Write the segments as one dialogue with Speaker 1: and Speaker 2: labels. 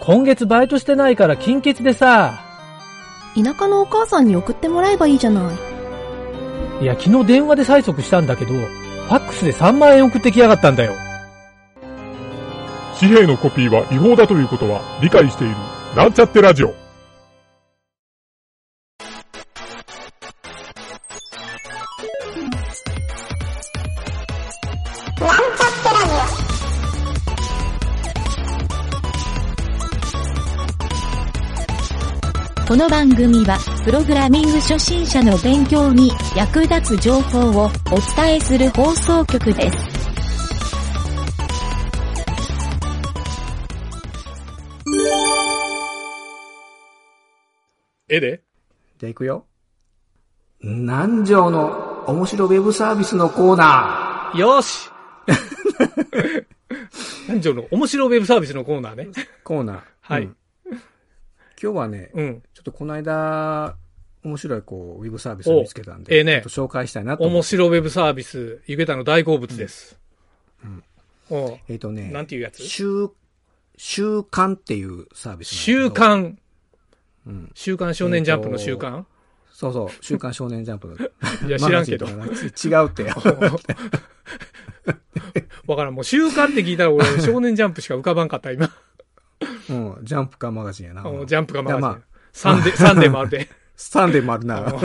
Speaker 1: 今月バイトしてないから金欠でさ。
Speaker 2: 田舎のお母さんに送ってもらえばいいじゃない。
Speaker 1: いや、昨日電話で催促したんだけど、ファックスで3万円送ってきやがったんだよ。
Speaker 3: 紙幣のコピーは違法だということは理解している。なんちゃってラジオ。
Speaker 4: この番組は、プログラミング初心者の勉強に役立つ情報をお伝えする放送局です。
Speaker 3: 絵で
Speaker 5: じゃあ行くよ。南條の面白ウェブサービスのコーナ
Speaker 1: よ し南條の面白ウェブサービスのコーナーね。
Speaker 5: ー。コーナー。
Speaker 1: はい
Speaker 5: うん今日はね、
Speaker 1: うん。
Speaker 5: ちょっとこの間、面白いこう、ウェブサービスを見つけたん
Speaker 1: お
Speaker 5: で、
Speaker 1: ええね
Speaker 5: ちょっと紹介したいなと思
Speaker 1: 面
Speaker 5: う。
Speaker 1: 白ウェブサービス、ゆげたの大好物です。おう
Speaker 5: えっ、とね、
Speaker 1: なんていうやつ
Speaker 5: 週、週刊っていうサービスな
Speaker 1: 週
Speaker 5: んだけど。
Speaker 1: 刊、
Speaker 5: うん。
Speaker 1: 週刊少年ジャンプの週刊、
Speaker 5: そうそう、週刊少年ジャンプの。
Speaker 1: いや、知らんけど。
Speaker 5: マガジンとかな違うってよ。
Speaker 1: わからん。もう週刊って聞いたら俺、少年ジャンプしか浮かばんかった、今。
Speaker 5: うん、ジャンプかマガジンやな。
Speaker 1: おうジャンプがマ
Speaker 5: いや
Speaker 1: ガ
Speaker 5: ま
Speaker 1: ジ
Speaker 5: あ
Speaker 1: ン。サ ンデー、サンデーもあるで。
Speaker 5: スタンデーもあるな
Speaker 1: お。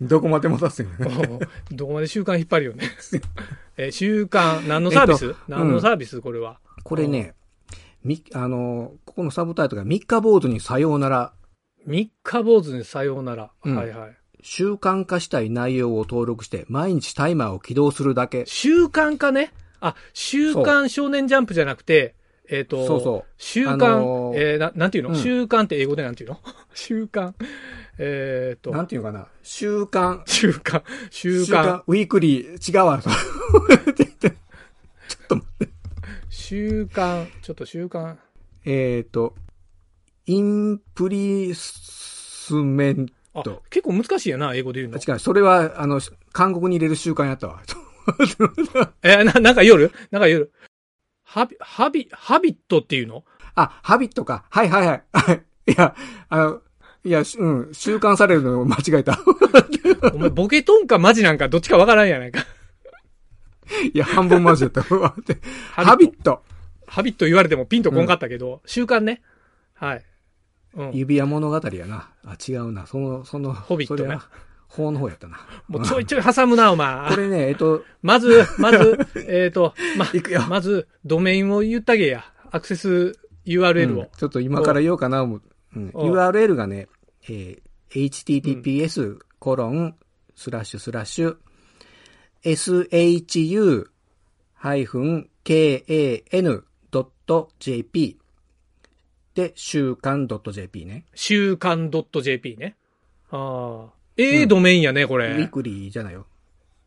Speaker 5: どこまでも出すよ
Speaker 1: お
Speaker 5: ね。
Speaker 1: うどこまで週刊引っ張るよね。 えー、週刊、何のサービス、
Speaker 5: えっと
Speaker 1: 何のサービス、これは。
Speaker 5: これね、み、あの、ここのサブタイトルが、三日坊主にさようなら、
Speaker 1: 三日坊主にさようなら。
Speaker 5: うん
Speaker 1: はいはい。
Speaker 5: 習慣化したい内容を登録して、毎日タイマーを起動するだけ。
Speaker 1: 週刊かねあ、週刊少年ジャンプじゃなくて、えっ、と、
Speaker 5: そうそう
Speaker 1: 週
Speaker 5: あ
Speaker 1: 刊、
Speaker 5: のー
Speaker 1: えーな、なんていうの、
Speaker 5: うん
Speaker 1: 週刊って英語でなんていうの 週刊。えっ、と、
Speaker 5: なんていうかな、習慣、
Speaker 1: 週刊、週刊、
Speaker 5: ウィークリー、違うわ。
Speaker 1: 週刊、ちょっと週刊、
Speaker 5: えっと、インプリスメン
Speaker 1: あ
Speaker 5: ト。、
Speaker 1: 結構難しいやな、英語で言うの。
Speaker 5: 違う、それは、あの、韓国に入れる習慣やったわ。
Speaker 1: えーな、なんか夜なんか夜ハビ、ハビ、ハビットっていうの
Speaker 5: あ、ハビットか。はいはいはいはい。いや、あの、いや、しうん、習慣されるのを間違えた。
Speaker 1: お前、ボケとんかマジなんかどっちかわからんやないか。
Speaker 5: いや、半分マジだった。わって
Speaker 1: ハ
Speaker 5: ハビット。
Speaker 1: ハビット言われてもピンとこんかったけど、習慣ね。はい。うん。
Speaker 5: 指輪物語やな。あ、違うな。その、その、
Speaker 1: ホビットね
Speaker 5: それは法の方やったな。
Speaker 1: もうちょいちょい挟むな、お前。
Speaker 5: これね、えっ と、
Speaker 1: まず、まず、 えっと、ま
Speaker 5: いくよ、
Speaker 1: まず、ドメインを言ったげや。アクセス URL
Speaker 5: う
Speaker 1: を
Speaker 5: ん。ちょっと今から言おうかな思う。うん、
Speaker 1: お
Speaker 5: URL がね、えー https コロンスラッシュスラッシュ shu-kan.jp で、週刊 .jp ね。
Speaker 1: 週刊 .jp ね。ああ。ええ
Speaker 5: うん
Speaker 1: ドメインやね、こ
Speaker 5: ウィー
Speaker 1: れ。
Speaker 5: クリーじゃないよ。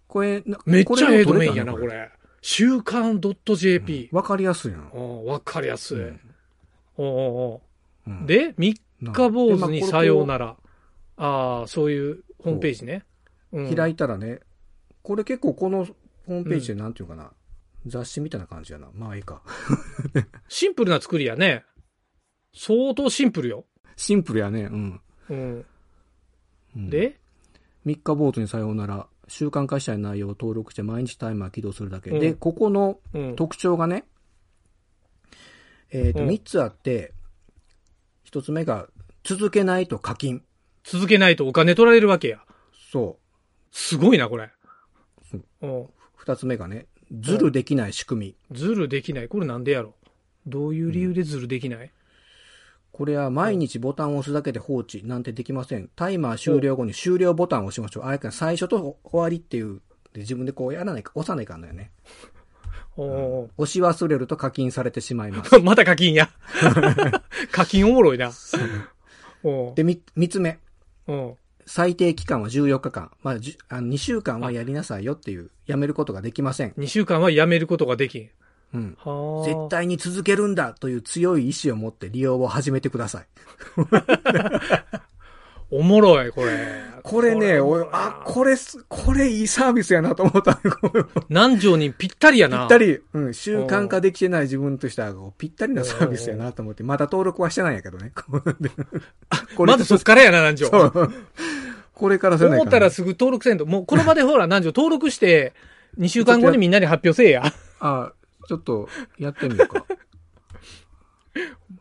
Speaker 5: これ、な
Speaker 1: めっちゃええド
Speaker 5: こ
Speaker 1: メ
Speaker 5: れ
Speaker 1: イ
Speaker 5: も
Speaker 1: ンや
Speaker 5: 取れた
Speaker 1: な、
Speaker 5: の
Speaker 1: これ。週刊 .jp。
Speaker 5: わかりやすいな。
Speaker 1: ああわかりやすい。
Speaker 5: うん
Speaker 1: おうお
Speaker 5: う、
Speaker 1: うおうんで、三
Speaker 5: な
Speaker 1: 日坊主
Speaker 5: で
Speaker 1: に
Speaker 5: まあ
Speaker 1: さよう
Speaker 5: こ
Speaker 1: なら。ああ、そういうホームページね。
Speaker 5: れ
Speaker 1: う
Speaker 5: こうん開いたらね、これ結構このホームページでなんていうかな、雑誌みたいな感じやな。まあいいか。
Speaker 1: シンプルな作りやね。相当シンプルよ。
Speaker 5: シンプルやね。うん。
Speaker 1: うん。
Speaker 5: うん
Speaker 1: で、
Speaker 5: 三日坊主にさようなら、習慣化したい内容を登録して毎日タイマー起動するだけ。
Speaker 1: うん
Speaker 5: で、ここの
Speaker 1: うん。
Speaker 5: 特徴がね、えっ、と、
Speaker 1: うん
Speaker 5: 三つあって、一つ目が、続けないと課金。
Speaker 1: 続けないとお金取られるわけや。
Speaker 5: そ
Speaker 1: すごいな、これ
Speaker 5: そう。
Speaker 1: うん。
Speaker 5: う。二つ目がね、ズルできない仕組み。
Speaker 1: ズルできない。これなんでやろどういう理由でズルできない、
Speaker 5: これは毎日ボタンを押すだけで放置なんてできません。タイマー終了後に終了ボタンを押しましょう。あれか最初と終わりっていう、で自分でこうやらないか、押さないかんのよね。
Speaker 1: お
Speaker 5: 押し忘れると課金されてしまいます。
Speaker 1: ー また課金や。課金おもろいな。おう
Speaker 5: で、み三つ目。
Speaker 1: おう
Speaker 5: 最低期間は14日間。まあ、じゅあの2週間はやりなさいよっていう、やめることができません。
Speaker 1: 2週間はやめることができん。
Speaker 5: うん。
Speaker 1: はあ
Speaker 5: 絶。対に続けるんだという強い意志を持って利用を始めてください。
Speaker 1: おもろい、これ。
Speaker 5: これね、
Speaker 1: これ
Speaker 5: おいあ、これす、これいいサービスやなと思った。これ
Speaker 1: 南條にぴったりや
Speaker 5: ぴ
Speaker 1: な。
Speaker 5: ったり、うん、習慣化できてない自分としては、こうぴったりなサービスやなと思って、まだ登録はしてないんや けどね。こうでこれ
Speaker 1: まずそっからやな、南條。
Speaker 5: そうこれからせない
Speaker 1: 思
Speaker 5: か
Speaker 1: った
Speaker 5: な
Speaker 1: らすぐ登録せんと。もう、この場でほら、南條登録して、2週 間後にみんなに発表せえや。
Speaker 5: あ、ちょっと、やってみようか。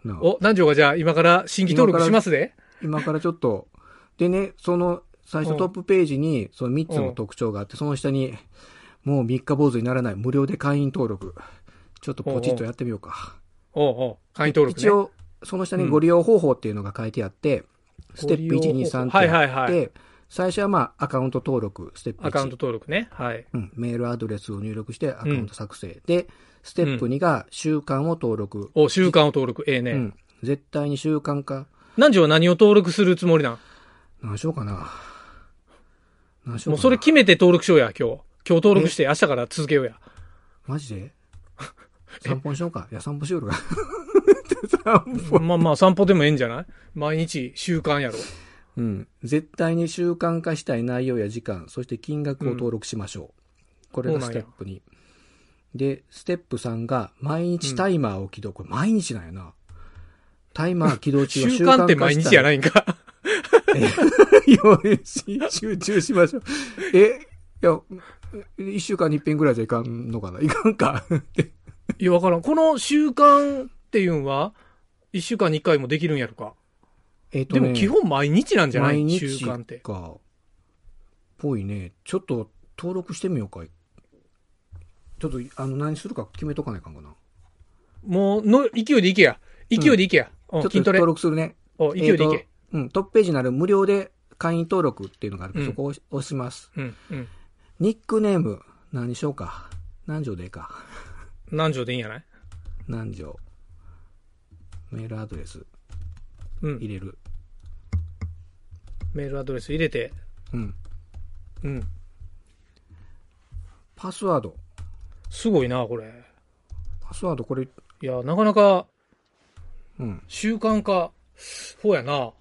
Speaker 5: なあ
Speaker 1: お、南條がじゃあ今から新規登録しますで。
Speaker 5: 今からちょっと、でね、その、最初トップページに、その3つの特徴があって、その下に、もう3日坊主にならない、無料で会員登録。ちょっとポチッとやってみようか。
Speaker 1: おうおう会員登録ね。
Speaker 5: 一応、その下にご利用方法っていうのが書いてあって、ステップ1、2、3ってあ
Speaker 1: は
Speaker 5: っ
Speaker 1: い
Speaker 5: て、
Speaker 1: はいはい。
Speaker 5: 最初はまあ、アカウント登録、ステップ1。
Speaker 1: アカウント登録ね。はい。
Speaker 5: うん、メールアドレスを入力してアカウント作成。で、ステップ
Speaker 1: う
Speaker 5: 2が習慣を登録。
Speaker 1: お、習慣を登録。ええ
Speaker 5: う
Speaker 1: ね。
Speaker 5: ん。絶対に習慣化。
Speaker 1: 南條は何を登録するつもりなん
Speaker 5: 何しようかな。何しよ
Speaker 1: も
Speaker 5: うかな。
Speaker 1: うそれ決めて登録しようや、今日。今日登録して、明日から続けようや。
Speaker 5: マ ジで散歩にしようか。いや、散歩しよるか。 散歩。
Speaker 1: まあまあ、散歩でもええんじゃない毎日習慣やろ。
Speaker 5: うん。絶対に習慣化したい内容や時間、そして金額を登録しましょう。これがステップ2。で、ステップ3が、毎日タイマーを起動。これ毎日なんやな。タイマー起動中
Speaker 1: 習
Speaker 5: は習慣
Speaker 1: 慣
Speaker 5: 化したい。
Speaker 1: って毎 日やないんか。
Speaker 5: よし、集中しましょう。え、いや、一週間に一遍ぐらいじゃいかんのかないかんか。
Speaker 1: いや、わからん。この習慣っていうんは、一週間に一回もできるんやろか。
Speaker 5: えっと
Speaker 1: で
Speaker 5: ね、
Speaker 1: も基本毎日なんじゃな
Speaker 5: 毎
Speaker 1: い
Speaker 5: 日
Speaker 1: 習慣って。
Speaker 5: か。ぽいね。ちょっと登録してみようか。ちょっと、あの、何するか決めとかないかんかな。
Speaker 1: もう、の、勢いでいけや。勢いでいけや。うん
Speaker 5: ちょっと
Speaker 1: 筋トレ
Speaker 5: 登。録するね。
Speaker 1: お勢いでい
Speaker 5: え
Speaker 1: け
Speaker 5: っ。とうん、トップページになる無料で会員登録っていうのがあるから、
Speaker 1: うん
Speaker 5: そこを押し押します。
Speaker 1: うん、うん。
Speaker 5: ニックネーム、何にしようか。何条でいいか。
Speaker 1: 何条でいいんやない
Speaker 5: 何条。メールアドレス
Speaker 1: うん。
Speaker 5: 入れる。
Speaker 1: メールアドレス入れて。
Speaker 5: うん。
Speaker 1: うん。
Speaker 5: パスワード。
Speaker 1: すごいな、これ。
Speaker 5: パスワードこれ、
Speaker 1: いや、なかなか、
Speaker 5: うん。
Speaker 1: 習慣化。そうやな。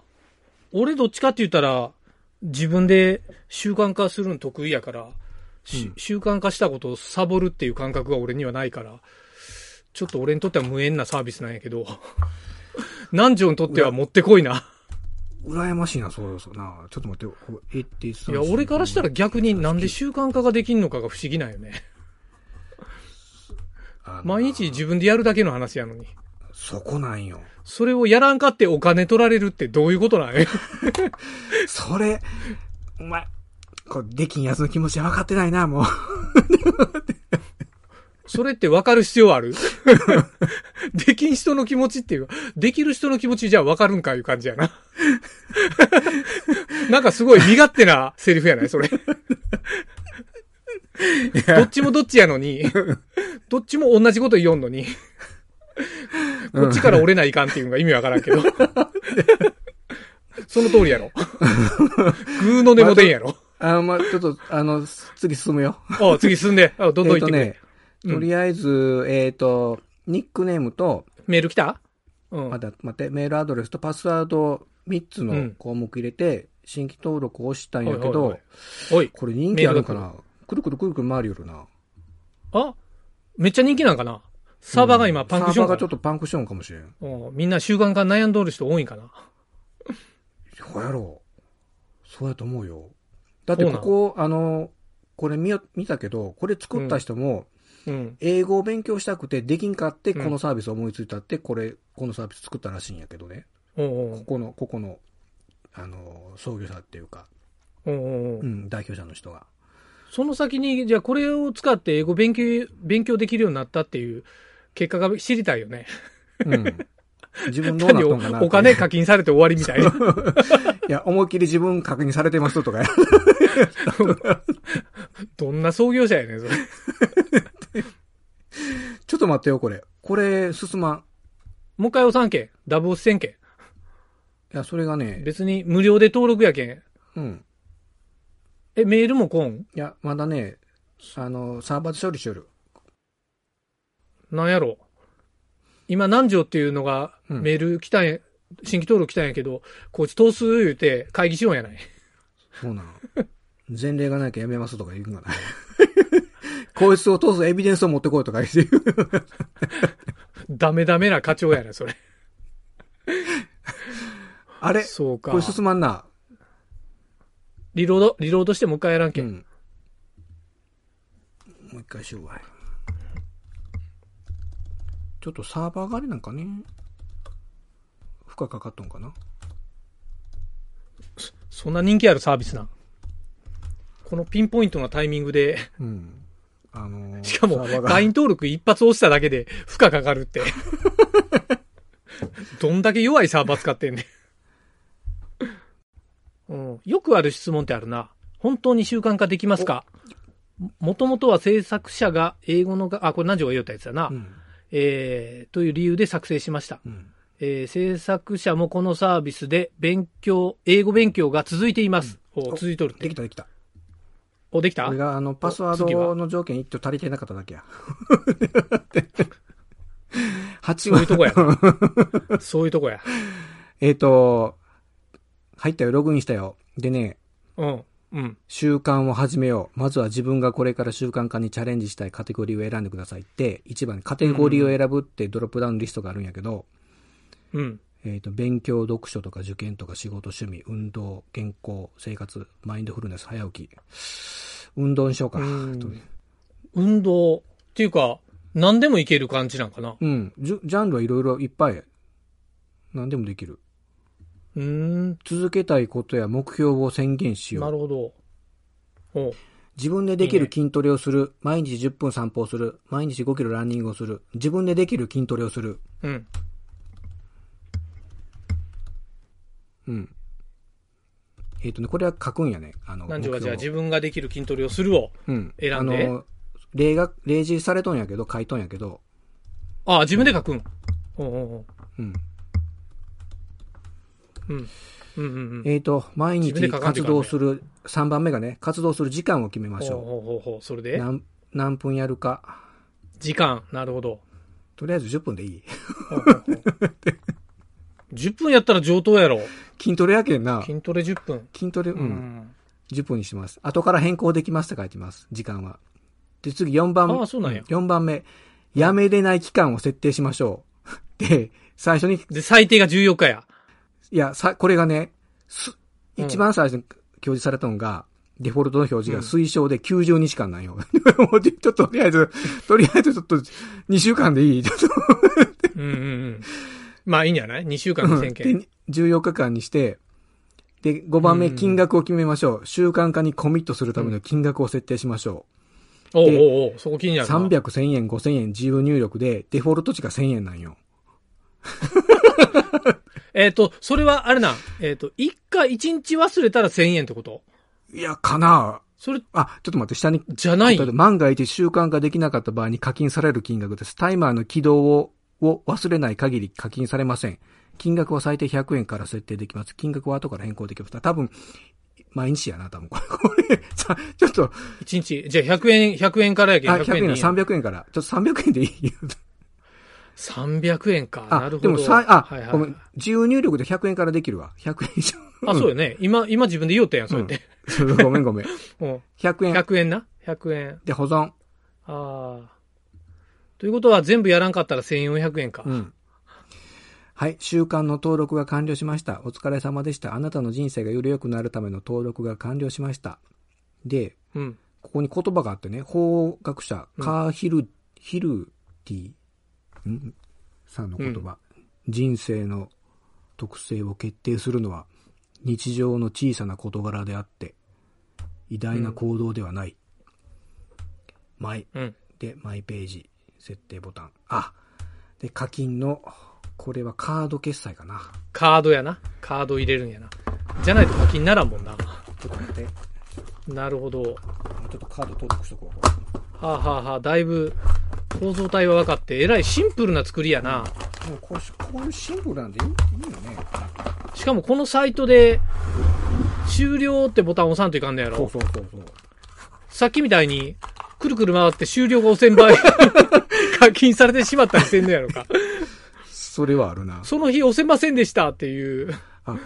Speaker 1: 俺どっちかって言ったら、自分で習慣化するの得意やから、し
Speaker 5: うん
Speaker 1: 習慣化したことをサボるっていう感覚が俺にはないから、ちょっと俺にとっては無縁なサービスなんやけど、 南條にとってはもってこいな。
Speaker 5: 羨ましいな、そうそうな。ちょっと待ってよ。えって
Speaker 1: いや、俺からしたら、逆になんで習慣化ができんのかが不思議なんよね。
Speaker 5: あの
Speaker 1: 毎日自分でやるだけの話やのに。
Speaker 5: そこなんよ。
Speaker 1: それをやらんかってお金取られるってどういうことなんや
Speaker 5: それ、お前、これ、できんやつの気持ちは分かってないな、もう。
Speaker 1: それって分かる必要ある できん人の気持ちっていうか、できる人の気持ちじゃあ分かるんかいう感じやな。 なんかすごい身勝手なセリフやないそれ。どっちもどっちやのに、どっちも同じこと言おんのに、こっちから折れないかんっていうのが意味わからんけど。その通り やろ。グーの根も出んやろ。
Speaker 5: あの、まあ、ちょっと、あの、次進むよ。
Speaker 1: おう次進んで。あどんどん行ってくれ。
Speaker 5: えとね、とりあえず、えっ、と、ニックネームと、
Speaker 1: メール来たうん。
Speaker 5: まだ、待って、メールアドレスとパスワード3つ
Speaker 1: う
Speaker 5: の
Speaker 1: ん
Speaker 5: 項目入れて、新規登録を押したんやけど、
Speaker 1: おいおいおい。
Speaker 5: これ人気あるのかなくるくるくるくる回りよるな。
Speaker 1: あめっちゃ人気なんかなサーバーが今パンクション
Speaker 5: サーバ
Speaker 1: か
Speaker 5: ーがちょっとパンクションかもしれん。
Speaker 1: うんみんな習慣化悩んどる人多いんかな
Speaker 5: そうやろう。そうやと思うよ。だってここ、あの、これ見よ見たけど、これ作った人も、
Speaker 1: うん。
Speaker 5: 英語を勉強したくてできんかって、こ
Speaker 1: うん
Speaker 5: のサービスを思いついたって、これ、このサービス作ったらしいんやけどね。
Speaker 1: おうお
Speaker 5: こ
Speaker 1: う
Speaker 5: この、ここの、あの、創業者っていうか、
Speaker 1: おうおう
Speaker 5: う、
Speaker 1: おうん
Speaker 5: 代表者の人が。
Speaker 1: その先に、じゃあこれを使って英語勉強、勉強できるようになったっていう結果が知りたいよね。
Speaker 5: うん。自分どう
Speaker 1: 単
Speaker 5: な
Speaker 1: に
Speaker 5: っ
Speaker 1: お
Speaker 5: たんかなって
Speaker 1: お金課金されて終わりみたい な。
Speaker 5: いや、思いっきり自分確認されてますとか。
Speaker 1: どんな創業者やねん、それ。
Speaker 5: ちょっと待ってよ、これ。これ、進まん。
Speaker 1: もう一回押さんけん。ダブ押せんけ
Speaker 5: いや、それが
Speaker 1: ん。
Speaker 5: ね、
Speaker 1: 別に無料で登録やけん。
Speaker 5: うん。
Speaker 1: え、メールも来ん
Speaker 5: いや、まだね、あの、サーバーで処理しよる。
Speaker 1: なんやろ今、南條っていうのが
Speaker 5: うん
Speaker 1: メール来たんや、新規登録来たんやけど、こいつ通す言うて会議しようやない。
Speaker 5: そうなの。前例がないからやめますとか言うんかな。こいつを通すエビデンスを持ってこいとか言って言う。
Speaker 1: ダメダメな課長やな、それ。
Speaker 5: あれ
Speaker 1: そうか
Speaker 5: これ。進まんな。
Speaker 1: リロード、リロードしてもう一回やらんけ。、
Speaker 5: うんん。もう一回しようわい。ちょっとサーバーがあれなんかね。負荷かかっとんかな。
Speaker 1: そんな人気あるサービスなん。このピンポイントなタイミングで、
Speaker 5: うん。あのー
Speaker 1: しか
Speaker 5: サ
Speaker 1: も
Speaker 5: ーバー、が
Speaker 1: LINE 登録一発押しただけで負荷かかるって。 どんだけ弱いサーバー使ってんねん。うん。よくある質問ってあるな。本当に習慣化できますかももともとは制作者が英語のが、あ、これ何条が言おったやつだな。
Speaker 5: うん。
Speaker 1: えーという理由で作成しました。
Speaker 5: うん。
Speaker 1: えー制作者もこのサービスで勉強、英語勉強が続いています。お
Speaker 5: お
Speaker 1: 続いとるっ
Speaker 5: で
Speaker 1: て。
Speaker 5: きたできた。
Speaker 1: お、できた
Speaker 5: 俺があの、パスワー
Speaker 1: 次は
Speaker 5: ドの条件一挙足りてなかっただ けや。8
Speaker 1: そういう
Speaker 5: 割
Speaker 1: とこや。そういうとこや。
Speaker 5: えっ、と、入ったよ、ログインしたよ。でね、
Speaker 1: うん。うん。
Speaker 5: 習慣を始めよう。まずは自分がこれから習慣化にチャレンジしたいカテゴリーを選んでくださいって、一番カテゴリーを選ぶってドロップダウンリストがあるんやけど、
Speaker 1: うん。
Speaker 5: えっ、と、勉強、読書とか受験とか仕事、趣味、運動、健康、生活、マインドフルネス、早起き。運動にしようか。
Speaker 1: うん
Speaker 5: と
Speaker 1: 運動っていうか、何でもいける感じなんかな。
Speaker 5: うん。ジャジャンルはいろいろいっぱい。何でもできる。
Speaker 1: うーん。
Speaker 5: 続けたいことや目標を宣言しよ
Speaker 1: な
Speaker 5: う。
Speaker 1: るほど。おう
Speaker 5: 自分でできる筋トレをする。毎日10分散歩をする。毎日5キロランニングをする。自分でできる筋トレをする。
Speaker 1: うん。
Speaker 5: うん。えっ、とね、これは書くんやね。あの、
Speaker 1: 何時は
Speaker 5: 目標を
Speaker 1: じゃあ自分ができる筋トレをするを。
Speaker 5: うん。
Speaker 1: 選んで
Speaker 5: あの、例が、例示されとんやけど、書いとんやけど、
Speaker 1: ああ、自分で書くん。おうおうおう
Speaker 5: うん。
Speaker 1: うん。うんうんうん。
Speaker 5: えっ、と、毎
Speaker 1: 自分
Speaker 5: 日
Speaker 1: で書かんといか
Speaker 5: 活
Speaker 1: んね
Speaker 5: 動する、3番目がね、活動する時間を決めまし
Speaker 1: ほう
Speaker 5: ょ
Speaker 1: ほうほうほう。それ
Speaker 5: う。
Speaker 1: で
Speaker 5: 何、何分やるか。
Speaker 1: 時間。なるほど。
Speaker 5: とりあえず10分でいい。
Speaker 1: ほうほうほう10分やったら上等やろ。
Speaker 5: 筋トレやけんな。
Speaker 1: 筋トレ10分。
Speaker 5: 筋トレ、う。
Speaker 1: うんん。
Speaker 5: 10分にしてます。後から変更できますって書いてます。時間は。で、次4番目。
Speaker 1: ああそうなんや
Speaker 5: 4番目。やめれない期間を設定しましょう。 で、最初に、
Speaker 1: で、最低が14日や。
Speaker 5: いや、さ、これがね、す、
Speaker 1: うん
Speaker 5: 一番最初に表示されたのが、デフォルトの表示が
Speaker 1: うん
Speaker 5: 推奨で90日間なんよ。 もうちょちょっととりあえず、とりあえずちょっと2週間でいい。ちょっと
Speaker 1: うんうんうん。 まあいいんじゃない ?2 週間2000件。
Speaker 5: で14日間にして、で、5番目、
Speaker 1: うん
Speaker 5: 金額を決めましょう。習慣化にコミットするための金額を設定しましょう。
Speaker 1: おうおうおうそこ気になるな。
Speaker 5: 300、1000円、5000円、自由入力で、デフォルト値が1000円なんよ。
Speaker 1: えっ、と、それはあれなん、えっ、と、一回、一日忘れたら1000円ってこと
Speaker 5: いや、かな
Speaker 1: それ、
Speaker 5: あ、ちょっと待って、下に。
Speaker 1: じゃない
Speaker 5: 例えば万が一習慣化できなかった場合に課金される金額です。タイマーの起動を、を忘れない限り課金されません。金額は最低100円から設定できます。金額は後から変更できます。多分、毎日やな、多分これ。これ、さちょっと、
Speaker 1: 一日。じゃあ100円、100円からやけん、
Speaker 5: あ、
Speaker 1: 100
Speaker 5: 100円
Speaker 1: 円
Speaker 5: だ、
Speaker 1: でいいやん。
Speaker 5: 300円から。ちょっと300円でいい
Speaker 1: 300円か。な
Speaker 5: あ、
Speaker 1: るほ
Speaker 5: で
Speaker 1: ど。
Speaker 5: もさ、あ、
Speaker 1: はいはい、
Speaker 5: ごめん、自由入力で100円からできるわ。100円以上。
Speaker 1: あ、 そうよね。今、今自分で言おったやん、そうやって。
Speaker 5: うん。ごめんごめ ん。
Speaker 1: うん。
Speaker 5: 100円。
Speaker 1: 100円な。100円。
Speaker 5: で、保存。
Speaker 1: ああ。ということは全部やらんかったら1400円か。
Speaker 5: うん。はい。習慣の登録が完了しました。お疲れ様でした。あなたの人生がより良くなるための登録が完了しました。で、
Speaker 1: うん。
Speaker 5: ここに言葉があってね、法学者、
Speaker 1: うん
Speaker 5: カーヒル、ヒルティ、んさんの言葉、人生の特性を決定するのは、日常の小さな事柄であって、偉大な行動ではない。マイ、
Speaker 1: うん。
Speaker 5: で、マイページ、設定ボタン。あ、で、課金の、これはカード決済かな。
Speaker 1: カードやな。カード入れるんやな。じゃないと課金ならんもんな。
Speaker 5: ちょっと待って。も
Speaker 1: なるほど。
Speaker 5: うちょっとカード登録しとくわ、こ
Speaker 1: はあ、はあはあ、だいぶ構造体は分かって、えらいシンプルな作りやな。
Speaker 5: れ。もうこれ、こういうシンプルなんでいいいいよね。
Speaker 1: しかもこのサイトで、終了ってボタン押さんといかんのや
Speaker 5: そう
Speaker 1: ろ。
Speaker 5: そうそうそう。
Speaker 1: さっきみたいに、くるくる回って終了が押せん場合、 課金されてしまったりせんのやろか。
Speaker 5: それはあるな。
Speaker 1: その日押せませんでしたっていう、
Speaker 5: あ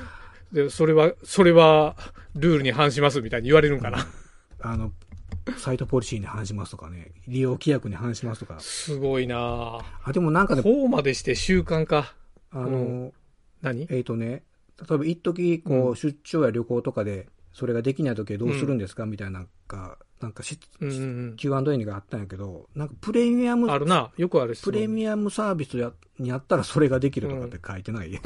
Speaker 1: で、それは、それは、ルールに反しますみたいに言われるんかな。
Speaker 5: あの、サイトポリシーに反しますとかね、利用規約に反しますとか。
Speaker 1: すごいなぁ。
Speaker 5: あ、でもなんかね、
Speaker 1: こうまでして習慣化。
Speaker 5: あの、
Speaker 1: 何
Speaker 5: えっ、とね、例えば一時こ
Speaker 1: う
Speaker 5: う、出張や旅行とかで、それができない時はどうするんですか、みたいな、なんか、なんかし、
Speaker 1: うんうんうん。
Speaker 5: Q&A があったんやけど、なんかプレミアム、
Speaker 1: あるな。よくある質
Speaker 5: プ
Speaker 1: 問
Speaker 5: レミアムサービスやにあったらそれができるとかって書いて ない。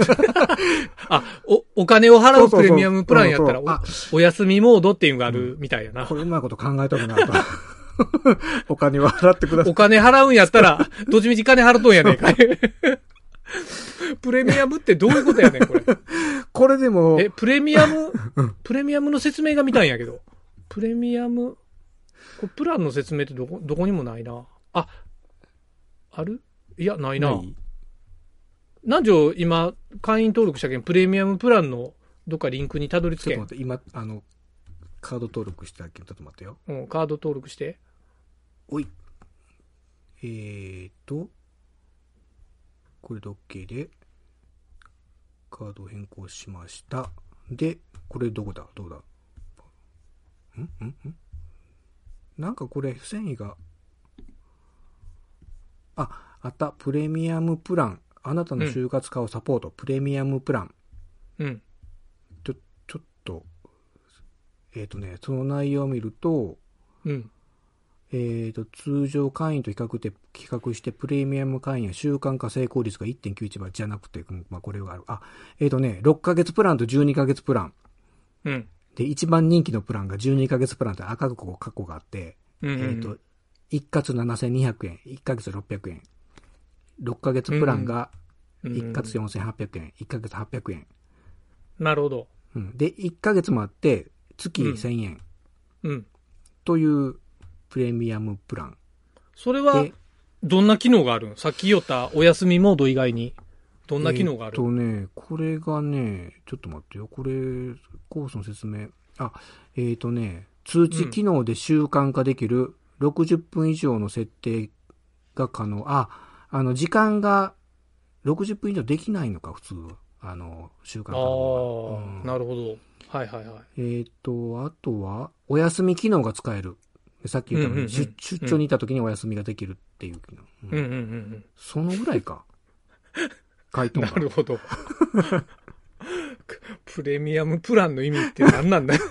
Speaker 1: あ、お、お金を払
Speaker 5: そううそうそう
Speaker 1: プレミアムプランやったら、
Speaker 5: うんそうあ
Speaker 1: おお休みモードっていうのがあるみたいやな
Speaker 5: こ。れうまいこと考えたくなると。 お金は払ってくださ
Speaker 1: お
Speaker 5: い。
Speaker 1: 金払うんやった ら、どっちみち金払っとんやねんかい。 プレミアムってどういうことやねん、これ。
Speaker 5: これでも、
Speaker 1: え、プレミアム、プレミアムの説明が見たいんやけど。プレミアム、これプランの説明ってどこ、どこにもないな。あ、あるいや、ないな。
Speaker 5: い
Speaker 1: なんじょ、今、会員登録したけん、プレミアムプランのどっかリンクにたどり着
Speaker 5: ちょっ
Speaker 1: け
Speaker 5: と
Speaker 1: ん。
Speaker 5: 待って、今、あの、カード登録したっけちょっと待ってよ。
Speaker 1: うん、カード登録して。
Speaker 5: おい。えーと、これで OK で、カードを変更しました。で、これどこだどうだんんんなんかこれ、繊維が、あ、あった。プレミアムプラン。あなたの就活化をサポート。プレミアムプラン。
Speaker 1: うん。
Speaker 5: ちょ、ちょっと、えっ、とね、その内容を見ると、
Speaker 1: うん。
Speaker 5: えー、と通常会員と比較て比較してプレミアム会員や習慣化成功率が1.91倍じゃなくて、うんまあ、これがあるあえっ、とね6ヶ月プランと12ヶ月プラン
Speaker 1: うん。
Speaker 5: で一番人気のプランが12ヶ月プランって赤くこう過去があって、
Speaker 1: うんうんうん
Speaker 5: えー、と一括7200円1ヶ月600円6ヶ月プランが
Speaker 1: うん
Speaker 5: 一括4800円1ヶ月800円、
Speaker 1: なるほど。
Speaker 5: うん、で1ヶ月もあって月
Speaker 1: うん
Speaker 5: 1000円
Speaker 1: うん。
Speaker 5: というプレミアムプラン
Speaker 1: それは
Speaker 5: で、
Speaker 1: どんな機能があるのさっき言ったお休みモード以外に、どんな機能がある、
Speaker 5: えっとね、これがね、ちょっと待ってよ。これ、コースの説明。あ、えっ、とね、通知機能で習慣化できる60分以上の設定が可能。あ、あの、時間が60分以上できないのか、普通。あの、習慣化の方
Speaker 1: ああ、
Speaker 5: は。うん
Speaker 1: なるほど。はいはいはい。
Speaker 5: えっ、と、あとは、お休み機能が使える。でさっき言ったよう
Speaker 1: うんうんうん
Speaker 5: に、出出張にいた時にお休みができるっていう機能。うん
Speaker 1: うんうんうん
Speaker 5: そのぐらい か。回
Speaker 1: う
Speaker 5: 答
Speaker 1: ん。な
Speaker 5: が。
Speaker 1: るほど。 プレミアムプランの意味って何なんだよ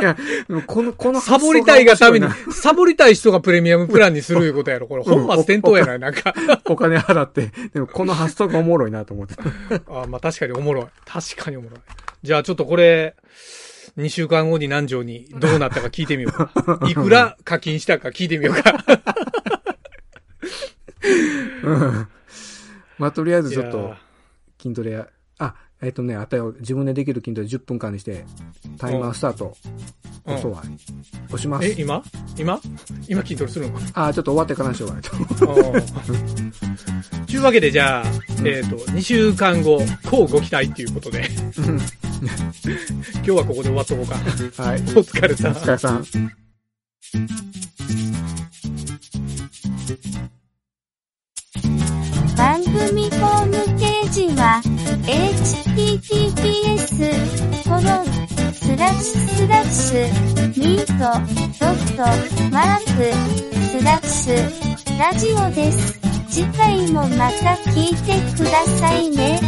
Speaker 5: いや、でもこの、この
Speaker 1: サボりたいがために、サボりたい人がプレミアムプランにするいうことやろ。これ本末転倒やない、なんか。
Speaker 5: お金払って、でもこの発想がおもろいなと思って。
Speaker 1: ああまあ確かにおもろい。確かにおもろい。じゃあちょっとこれ、2週間後に何条にどうなったか聞いてみようか。 いくら課金したか聞いてみようか。
Speaker 5: まあ、とりあえず ちょっ
Speaker 1: いや
Speaker 5: と
Speaker 1: ー
Speaker 5: 筋トレや、あ、えっ、とね、あったよ。自分でできる筋トレ10分間にして、タイマースタート、
Speaker 1: うん
Speaker 5: そうは、押しま
Speaker 1: え
Speaker 5: す、。
Speaker 1: 今今今筋トレするの
Speaker 5: あ、ちょっと終わってからにしようかなと。
Speaker 1: ちゅうわけでじゃあ、えっ、と、2週間後、こうご期待っていうことで。 今日はここで終わっとこうか。
Speaker 5: はい。
Speaker 1: お疲れさん
Speaker 5: お。疲れさん。
Speaker 6: 番組ホームページは https コロンスラッシュスラッシュミートドットマークスラッシュラジオです。次回もまた聞いてくださいね。